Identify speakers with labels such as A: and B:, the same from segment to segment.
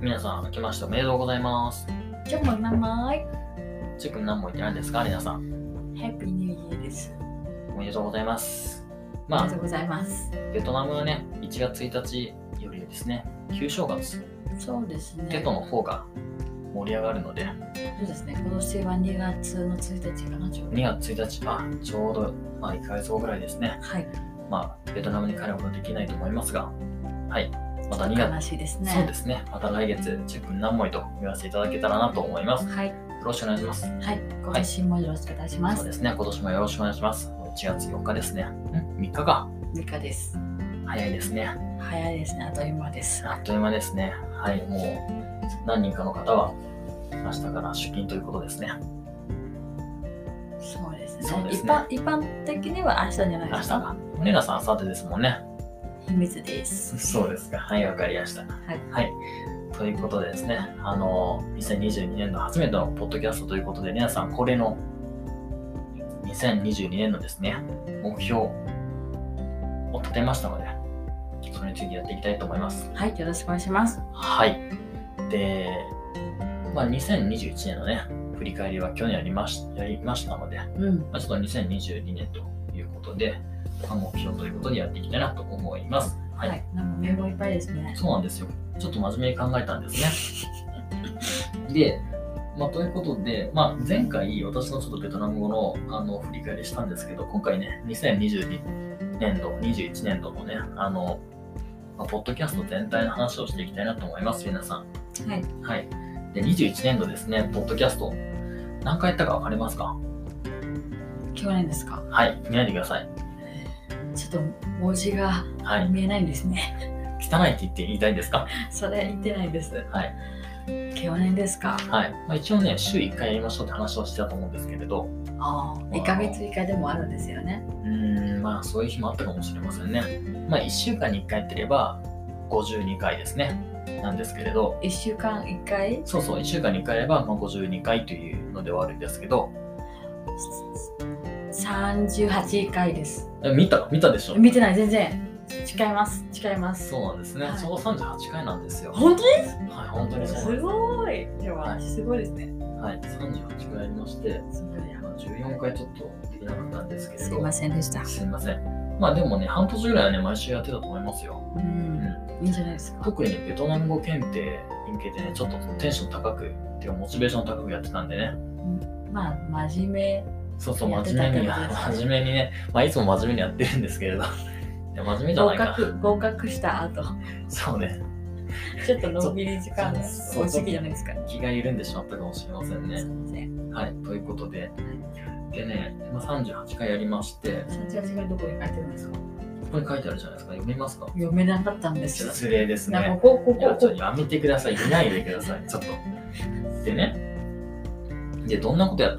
A: 皆さん、明けましておめでとうございます。
B: 今日もママイ
A: チェック何も言ってないんですか皆さん。
B: ハッピーニューイヤーです。
A: おめでとうございます。
B: あ
A: ま
B: りがとうございます。
A: あ、ベトナムはね、1月1日よりですね、旧正月、
B: そうですね。
A: テトの方が盛り上がるので、
B: そうですね。今年は2月の1日かな、ちょうど。
A: 2月1日、あ、ちょうど、まあ、1ヶ月後ぐらいですね。
B: はい。
A: まあ、ベトナムに帰ることはできないと思いますが、はい。また2月、
B: 悲しいですね。
A: そうですね。また来月、チェック何も言と言わせていただけたらなと思います。よ
B: はい。
A: ろしくお願いします。
B: はい。ご配信もよろしくお願いしま
A: そう
B: す。
A: ですね。今年もよろしくお願いします。1月4日ですね。ん ?3 日か。
B: ミカです。
A: 早いですね。
B: 早いですね。あと今です。
A: あっという間ですね。はい、もう何人かの方は明日から出勤ということですね。
B: そうですね。
A: そうですね
B: 一般一般的には明日じゃな
A: 明
B: いで
A: 日
B: すか。
A: が。ねなさん、明後日ですもんね。
B: 秘密です。
A: そうですか。はい、わかりました。
B: はい。
A: はい。ということでですね、あの、2022年度初めてのポッドキャストということで、皆さん、これの2022年のですね、目標を立てましたので、それについてやっていきたいと思います。
B: はい。よろしくお願いします。
A: はい。で、まあ、2021年のね、振り返りは去年やりましやりましたので、
B: うん。
A: まあ、ちょっと2022年ということで、まあ目標ということでやっていきたいなと思います。はい。
B: はい。なんか名簿いっぱいですね。
A: そうなんですよ。ちょっと真面目に考えたんです ね。で、まあ、ということで、まあ、前回私のちょっとベトナム語のあの振り返りしたんですけど、今回ね、2022年度、21年度のね、あの、まあポッドキャスト全体の話をしていきたいなと思います、皆さん。
B: はい。
A: はい。で、21年度ですね、ポッドキャスト、何回やったか分かりますか
B: 去年ですか。
A: はい、見ないでください。
B: ちょっと文字が
A: はい。
B: 見えないんですね。
A: 汚いって言って言いたいんですか
B: それ言ってないです。
A: はい。
B: 去年ですか。
A: はい。まあ、一応ね、週1回やりましょうって話をしてたと思うんですけれど、
B: ああ、1ヶ月以下でもあるんですよね
A: う。ーん、まあ、そういう日もあったかもしれませんね。まあ、1週間に1回やってれば、52回ですね。なんですけれど、
B: 1週間1回
A: そうそう、1週間に1回やれば、まあ、52回というのではあるんですけど、
B: 38回です。
A: え見た見たでしょ
B: 見てない、全然。誓います、誓います。
A: そうなんですね。
B: はい
A: ちょうど38回なんですよ。はい、
B: 本当に
A: 本当にそうなんです。
B: ごい。今日
A: は
B: はすごいですね。
A: はい、38回やりまして、
B: すごい
A: まあ14回ちょっとできなかったんですけれど、
B: すいませんでした。
A: すいません。まあでもね、半年ぐらいはね、毎週やってたと思いますよ。
B: うん、いいんじゃないですか。
A: 特にね、ベトナム語検定に向けてね、ちょっとテンション高く、っていうかモチベーション高くやってたんでね、
B: まあ、真面目。
A: そうそう、
B: やって
A: 真
B: た
A: 面目に、
B: ってことです
A: 真
B: ね
A: 面目にね、まあいつも真面目にやってるんですけれど、 いや真面目じゃ
B: 合
A: ないか
B: 格、合格した後、
A: な。そうね、
B: ちょっとのんびり時間が
A: そう
B: 多すぎじゃないですか。
A: 気が緩んでしまったかもしれません
B: すい
A: ね。
B: ません。
A: はい、ということで、でね、まあ、38回やりまして、
B: 38回どこに書いてるんですか
A: ここに書いてあるじゃないですか、読みますか
B: 読めなかったんですよ。
A: 失礼ですね。
B: なんか、こう、こう、
A: い
B: こ
A: や、
B: う、
A: ち
B: こ
A: ょっとやめてください。見ないでくださ い。ちょっと。でね。で、どんなことやっ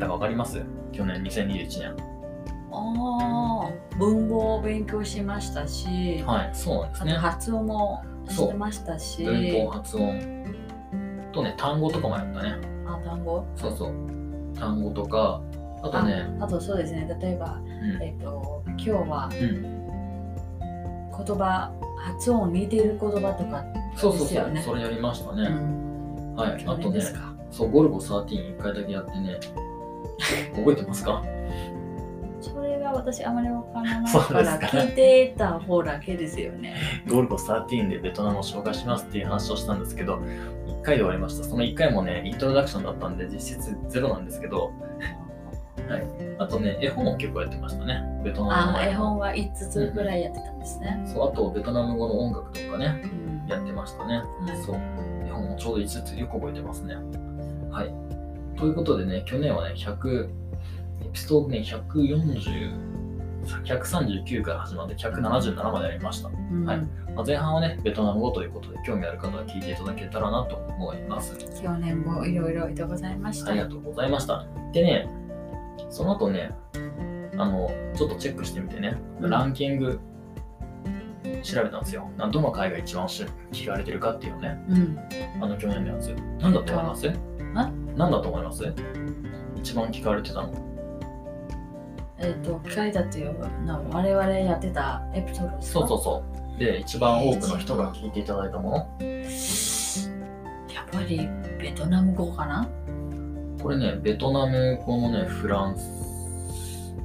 A: たかわかります去年2021
B: ああ、文法を勉強しましたし、
A: 年。はい、そうなんで
B: あ
A: す
B: と
A: ね。
B: 発音もしてましたし、
A: 文法、発音とね、単語とかもやったね。
B: あ単語
A: そうそう。単語とか、あとね、
B: ああとそうですね、例えば、
A: うん
B: えっ、と、今日は
A: うん。
B: 言葉、発音似ている言葉とか、
A: そうそう
B: です
A: そ
B: よ
A: う、
B: ね
A: それやりましたね。
B: うん、
A: はい。あ
B: 去
A: と
B: 年で
A: ね
B: す、か。
A: そう、ゴルゴ13一回だけやってね、覚えてますか
B: それが私あまりわからない
A: そう
B: か
A: です
B: ら、
A: か
B: 聞いてた方だけですよね。
A: ゴルゴ13でベトナムを紹介しますっていう話をしたんですけど、1回で終わりました。その1回もね、イントロダクションだったんで、実質ゼロなんですけど、あとね、絵本を結構やってましたね。ベトナム
B: あ
A: 語
B: ー絵本は5つぐらいやってたんですね。
A: そう、あとベトナム語の音楽とかね、
B: うん
A: やってましたね。
B: はい
A: そう、絵本もちょうど5つよく覚えてますね。はい。ということでね、去年はね、100、エピソードね、140、139から始まって177までやりました。
B: うん
A: はいまあ、前半はね、ベトナム語ということで、興味ある方は聞いていただけたらなと思います。
B: 去年もいろいろとございまし
A: あ
B: た。
A: りがとうございました。でね、その後ね、あの、ちょっとチェックしてみてね、
B: うん
A: ランキング調べたんですよ。などの回が一番し聞かれてるかっていうのね、
B: うん
A: あの去年のやつ。なんだと思います
B: あ
A: なんだと思います一番聞かれてたの。
B: えっ、と、機械だというのは我々やってたエピソードですか
A: そうそうそう。で、一番多くの人が聞いていただいたもの。
B: ぱりベトナム語かな
A: これね、ベトナム語のね、フランス、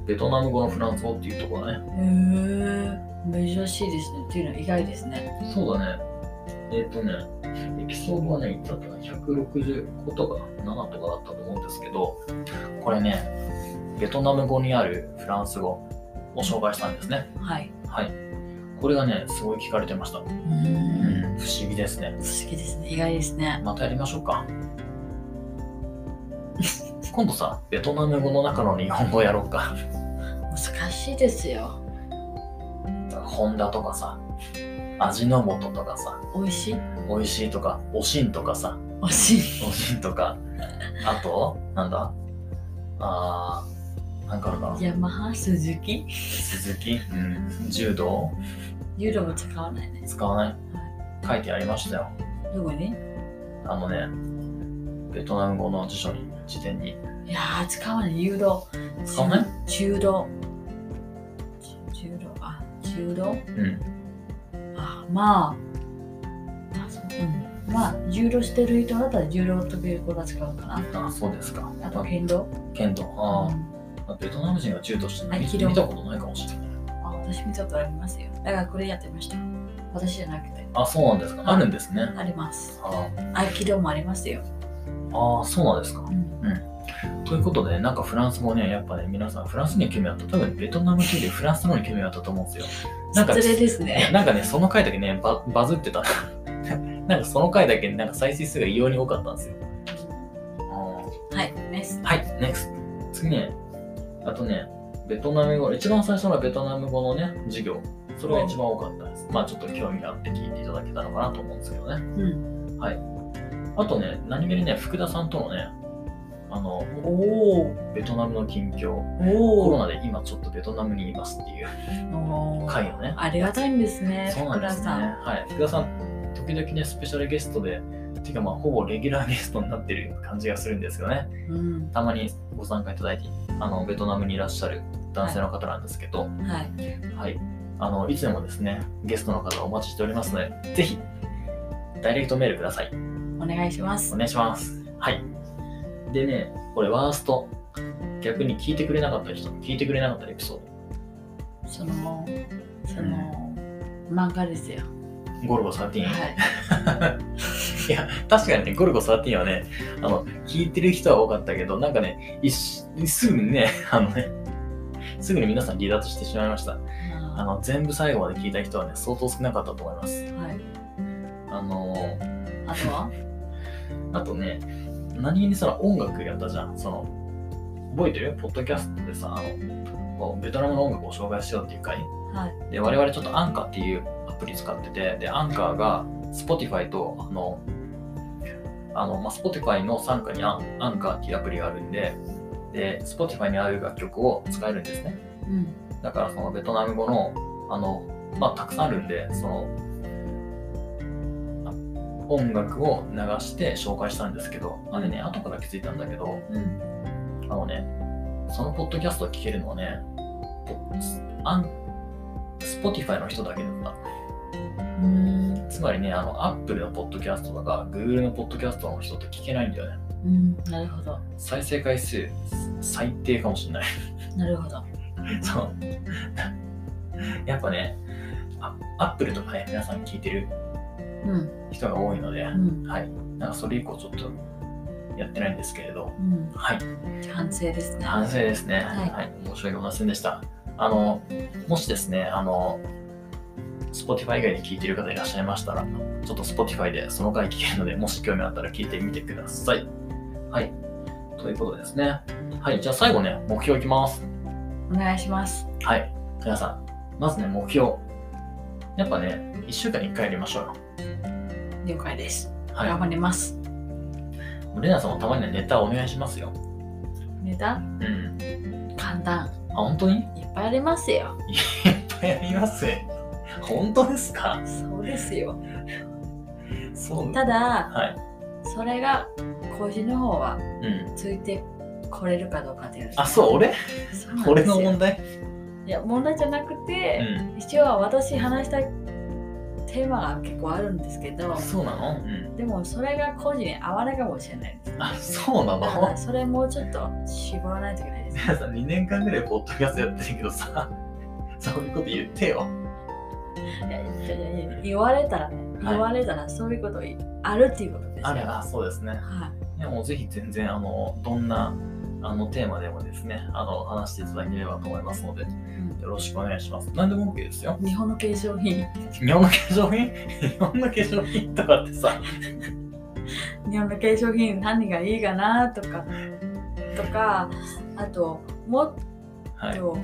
A: ベトナム語のフランス語っていうところだね。
B: へえ珍しいですねっていうのは意外ですね
A: そうだね。えっ、とね、エピソードはね、いつだったかな、160個とか7とかだったと思うんですけど、これね、ベトナム語にあるフランス語を紹介したんですね。
B: はい
A: はい。これがね、すごい聞かれてました。うん、
B: うーん
A: 不思議ですね。
B: 不思議ですね意外ですね
A: またやりましょうか。 今度さ、ベトナム語の中の日本語やろうか。
B: 難しいですよ
A: ホンダとかさ、味の素とかさ、
B: 美味しい
A: 美味しいとか、おしんとかさ、
B: 美味しい
A: おしんとか、あと、なんだあー、なんかあるかな
B: ヤマハ鈴木
A: 鈴木、うん、柔道
B: ユーロも使わないね
A: 使わない書いてありましたよ。
B: どこに
A: あのね、ベトナム語の辞書に、辞典に。
B: いやー使わないユーロ
A: 使わない
B: 中道中道あ中道
A: うん。
B: あまああそう、うん、まあ重労してる人だったら重労とベルコが使うかな
A: あ、そうですか。
B: あと剣道
A: 剣道。あー
B: うん
A: まあベトナム人が中として
B: 合
A: 見
B: 気道
A: 見たことないかもしれない。
B: あ、私見たことありますよ。だからこれやってました。私じゃなくて。
A: あ、そうなんですか。あるんですね。
B: あります。
A: あ
B: 合気道もありますよ。
A: ーあー、そうなんですか。
B: うん。
A: ということで、なんかフランス語ね、やっぱね、皆さん、フランスには興味あった。多分、ベトナム系でフランスの方に興味あったと思うん ですよ。なんか、
B: 失礼ですね。
A: なんかね、その回だけね、ババズってた。 なんかその回だけ、なんか再生数が異様に多かったんですよ。は
B: はい、ネス。
A: い、NEXT。次ね、あとね、ベトナム語、一番最初のベトナム語のね、授業。それが一番多かったです。まあちょっと興味があって聞いていただけたのかなと思うんですけどね。
B: うん。
A: あとね、何気にね、福田さんとのね、あの、
B: おお。
A: ベトナムの近況。コロ
B: お
A: ナで今ちょっとベトナムにいますっていう
B: お。
A: 回をね。
B: ありがたいんですね、
A: そうなん
B: 福
A: で
B: 田
A: すね。
B: さん。
A: はい。福田さん、時々ね、スペシャルゲストで、ていうかまあ、ほぼレギュラーゲストになってる感じがするんですよね。
B: うん。
A: たまにご参加いただいて、あの、ベトナムにいらっしゃる男性の方なんですけど、
B: はい。
A: はい。あの、いつでもですね、ゲストの方お待ちしておりますので、ぜひ、ダイレクトメールください。
B: お願いしま
A: お
B: す。
A: 願いします。はい。でね、これワースト。逆に聞いてくれなかった人、聞いてくれなかったエピソ
B: その、その、漫画ですよ。
A: ード。ゴルゴ13。
B: はい。
A: い や、確かにね、ゴルゴ13はね、あの、聞いてる人は多かったけど、なんかね、一瞬すぐにね、 あのね、すぐに皆さん離脱してしまいました。あ
B: あ
A: の、全部最後まで聞いた人はね、相当少なかったと思います。
B: ーはい。
A: あのー、
B: あとは
A: あとね、何気にさ、音楽やったじゃん。その、覚えてるポッドキャストでさ、あの、こうベトナムの音楽を紹介しようっていう回
B: はい。
A: で、我々ちょっとアンカーっていうアプリ使ってて、で、アンカーが Spotify と、あの、あの、まあ、Spotify の傘下にアンアンカーっていうアプリがあるんで、で、Spotify に合う楽曲を使えるんですね。
B: うん。
A: だから、そのベトナム語の、あの、まあ、たくさんあるんで、その、あ音楽を流して紹介したんですけど、あれね、後から気づいたんだけど、
B: うん。
A: あのね、そのポッドキャストを聞けるのはね、ポアン、Spotify の人だけだった。
B: うん。
A: つまりね、あの、アップルのポッドキャストとか、グーグルのポッドキャストの人って聞けないんだよね。
B: うん。なるほど。
A: 再生回数、最低かもしれない。
B: なるほど。
A: そう。 やっぱね、あアップルとかね、皆さん聞いてる
B: うん。
A: 人が多いので、
B: うん。
A: はい。なんかそれ以降ちょっとやってないんですけれど、
B: うん。
A: はい。
B: 反省ですね。
A: 反省ですね。
B: はい
A: はい。申し訳ございませんでした。あの、もしですね、あの、Spotify 以外で聞いてる方いらっしゃいましたら、ちょっと Spotify でその回聞けるので、もし興味あったら聞いてみてください。はい。ということですね。はい。じゃあ最後ね、目標いきます。
B: お願いします。
A: はい。皆さん、まずね、目標。やっぱね、1週間に1回やりましょうよ。
B: 了解です。
A: はい
B: 頑張ります。。
A: もうレナさんもたまにね、ネタお願いしますよ。
B: ネタ
A: うん。
B: 簡単。
A: あ、本当にいっ
B: いっぱいありますよ。
A: ぱいあります。本当ですか
B: そうですよ。
A: そう
B: ただ、
A: はい。
B: それが講師の方は
A: うん。
B: ついてこれるかどうかっていう。
A: あ、そう、俺
B: そうなんですよ
A: 俺の問題
B: いや問題じゃなく
A: う
B: て、
A: ん。
B: 一応は私話したいテーマが結構あるんですけど
A: そうなのうん。
B: でもそれが個人に合わないかもしれないです
A: あ、そうな
B: だから
A: の
B: それもうちょっと絞らないといけないです
A: 皆さん2年間ぐらいポッドキャストやってるけどさ、 そういうこと言ってよ。
B: いやいやいやいや言われたらね
A: はい
B: 言われたらそういうことあるっていうことですよ
A: あれはそうですね。
B: はい
A: やもうぜひ全然、あの、どんな、あの、テーマでもですね、あの、話していただければと思いますので、
B: い、うん
A: よろしくお願いします。何でも OK ですよ。
B: 日本の化粧品
A: 日本の化粧品 日本の化粧品とかってさ、
B: 日本の化粧品何がいいかなとかとかあともっ
A: はい。
B: と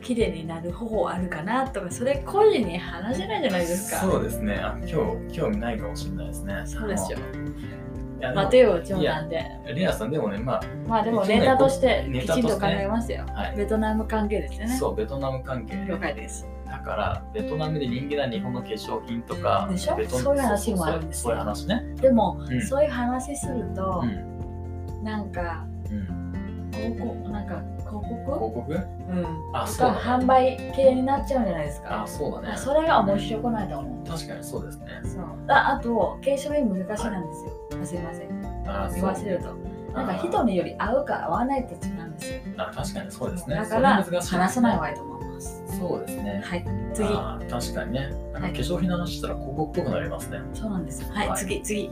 B: 綺麗になる方法あるかなとかそれ個人に話せないじゃないですか
A: そうですね。あ今日、興味ないかもしれないですね。
B: そうですよ
A: いや。でも
B: 待てよ冗談で
A: レアさんでもね、ま
B: まあでもネタとして
A: ネ
B: き
A: タと
B: ち
A: して
B: んと考えますよ、
A: はい
B: ベトナム関係ですよ
A: あ、
B: ね
A: そう、ベトナム関係ね
B: 了解です
A: だから、ベトナムで人気な日本の化粧品とか、
B: でしょ
A: ベトナム
B: そういう話もあるんです
A: そうそうそういう
B: よ
A: 話ね。
B: でも、
A: うん
B: そういう話すると
A: う、ん。
B: なんか
A: うん、
B: 広告なんか広告、
A: 広告
B: うん、
A: あ、
B: と
A: そう
B: か
A: だ、
B: 販
A: ね。
B: 売系になっちゃうんじゃないです
A: あ、
B: か
A: そうだね。
B: それが面白くないと思う
A: 確かにそうですね。
B: そうああと継承品難しいなんですよ、あすいません
A: あ
B: 言わせるとなんか人により合うか合わないか違うんですよ
A: あ確かにそうですね。
B: だから
A: それ難し
B: 話さない方がいいと思います
A: そうですね。
B: はい次
A: あー確かにね。なんか
B: は
A: 化
B: い
A: 粧品の話したら広告っぽくなりますね。
B: そうなんですはい、
A: はい
B: 次次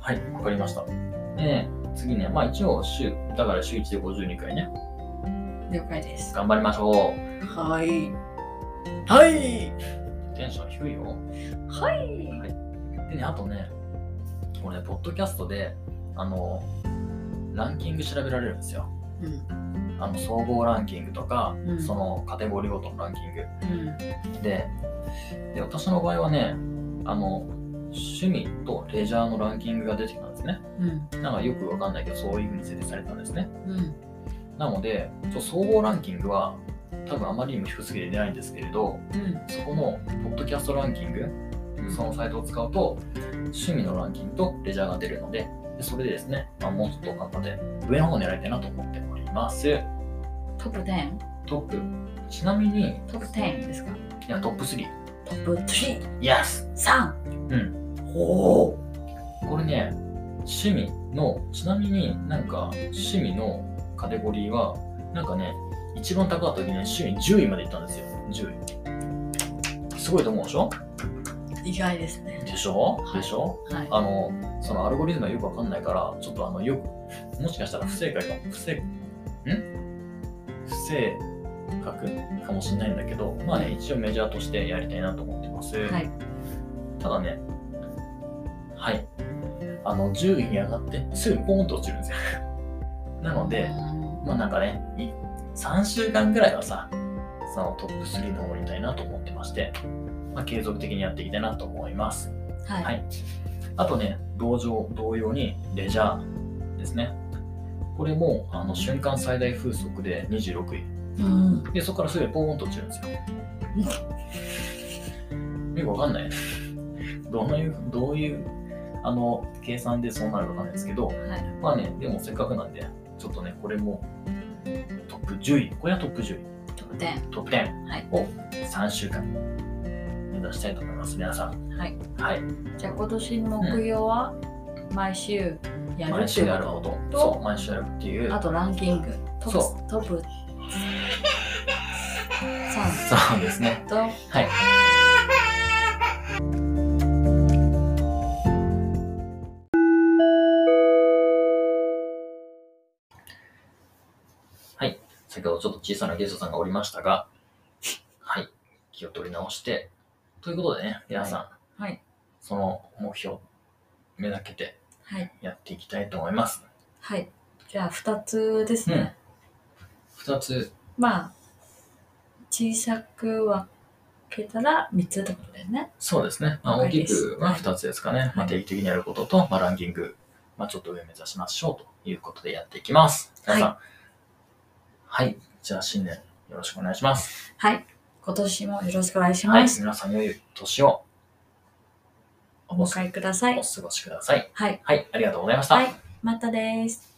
A: はい、わかりました。えー、次ね、まあ一応週、だから週1で52回ね、
B: 了解です
A: 頑張りましょ
B: はいはい、
A: う。テンション低いよ。
B: はい
A: でね、あとね、これね、ポッドキャストで、あの、ランキング調べられるんですよ。
B: うん
A: あの、総合ランキングとか、
B: うん
A: そのカテゴリーごとのランキン
B: うん
A: グで、で、私の場合はね、あの、趣味とレジャーのランキングが出てきたんですね。
B: うん
A: なんかよくわかんないけど、そういうふうに設定されたんですね。
B: うん
A: なので、ちょ総合ランキングは多分あまりにも低すぎて出ないんですけれど、
B: うん
A: そこのポッドキャストランキング、そのサイトを使うと、趣味のランキングとレジャーが出るので、でそれでですね、まあ、もうちょっと頑張って上の方を狙いたいなと思っております。
B: トップ10
A: トップ。ちなみに、い
B: トップ10ですか
A: やトップ3。
B: トップ3
A: Yes!
B: 三
A: うん。
B: おお
A: これね、趣味の、ちなみになんか趣味のカテゴリーは、なんかね、一番高かった時に趣味10位までいったんですよ。10位。すごいと思うでしょ
B: 意外ですね
A: でしょ
B: は
A: で
B: い
A: しょ
B: はい
A: あの、そのアルゴリズムがよくわかんないから、ちょっとあの、よく、もしかしたら不正解かも、不正、ん不正確かもしれないんだけど、まあね、一応メジャーとしてやりたいなと思ってます。
B: はい
A: ただね、はい。あの、10位に上がって、すぐポーンと落ちるんですよ。 なので、まあなんかね、い3週間ぐらいはさ、そのトップ3の方にいたいなと思ってまして、まあ、継続的にやっていきたいなと思います。
B: はい
A: はい。あとね、同情、同様にレジャーですね。これもあの瞬間最大風速で26位。
B: うん
A: で、そこからすぐポーンと落ちるんですよ。よくわかんない。どういう、どういう、あの、計算でそうなるかわかんないですけど、
B: はい
A: まあね、でもせっかくなんで、ちょっとね、これもトップ10位、これはトップ10位、
B: トップ10
A: トップ10
B: はい
A: を3週間目指したいと思います、皆さん。
B: はい。
A: はい。
B: じゃあ今年の目標は毎週やる
A: 毎
B: って
A: 週
B: い
A: や
B: う
A: る
B: こ
A: こと。
B: と
A: そう、毎週やるっていう。
B: とあとランキングト
A: そ
B: ップトップ3
A: そうですね。
B: と
A: はい。はい。先ほどちょっと小さなゲストさんがおりましたが、はい。気を取り直して、ということでね、皆さん、
B: はい
A: その目標、目だけて
B: はい
A: やっていきたいと思います。
B: はいじゃあ2つですね、
A: 二つ、
B: まあ小さく分けたら3つってことだよね
A: そうですね。まあ、
B: 了
A: 大
B: 解
A: き
B: です
A: くは2つですかね。まあ、
B: はい
A: 定期的にやることと、まあ、ランキング、まあ、ちょっと上目指しましょうということでやっていきます。皆さん。はい。じゃあ、新年よろしくお願いします。
B: はい今年もよろしくお願いし
A: はい。
B: ます、
A: 皆さん、良い年をお
B: お
A: 過
B: 迎えください
A: ごしください。
B: はい
A: はい。ありがとうございました。
B: はいまたです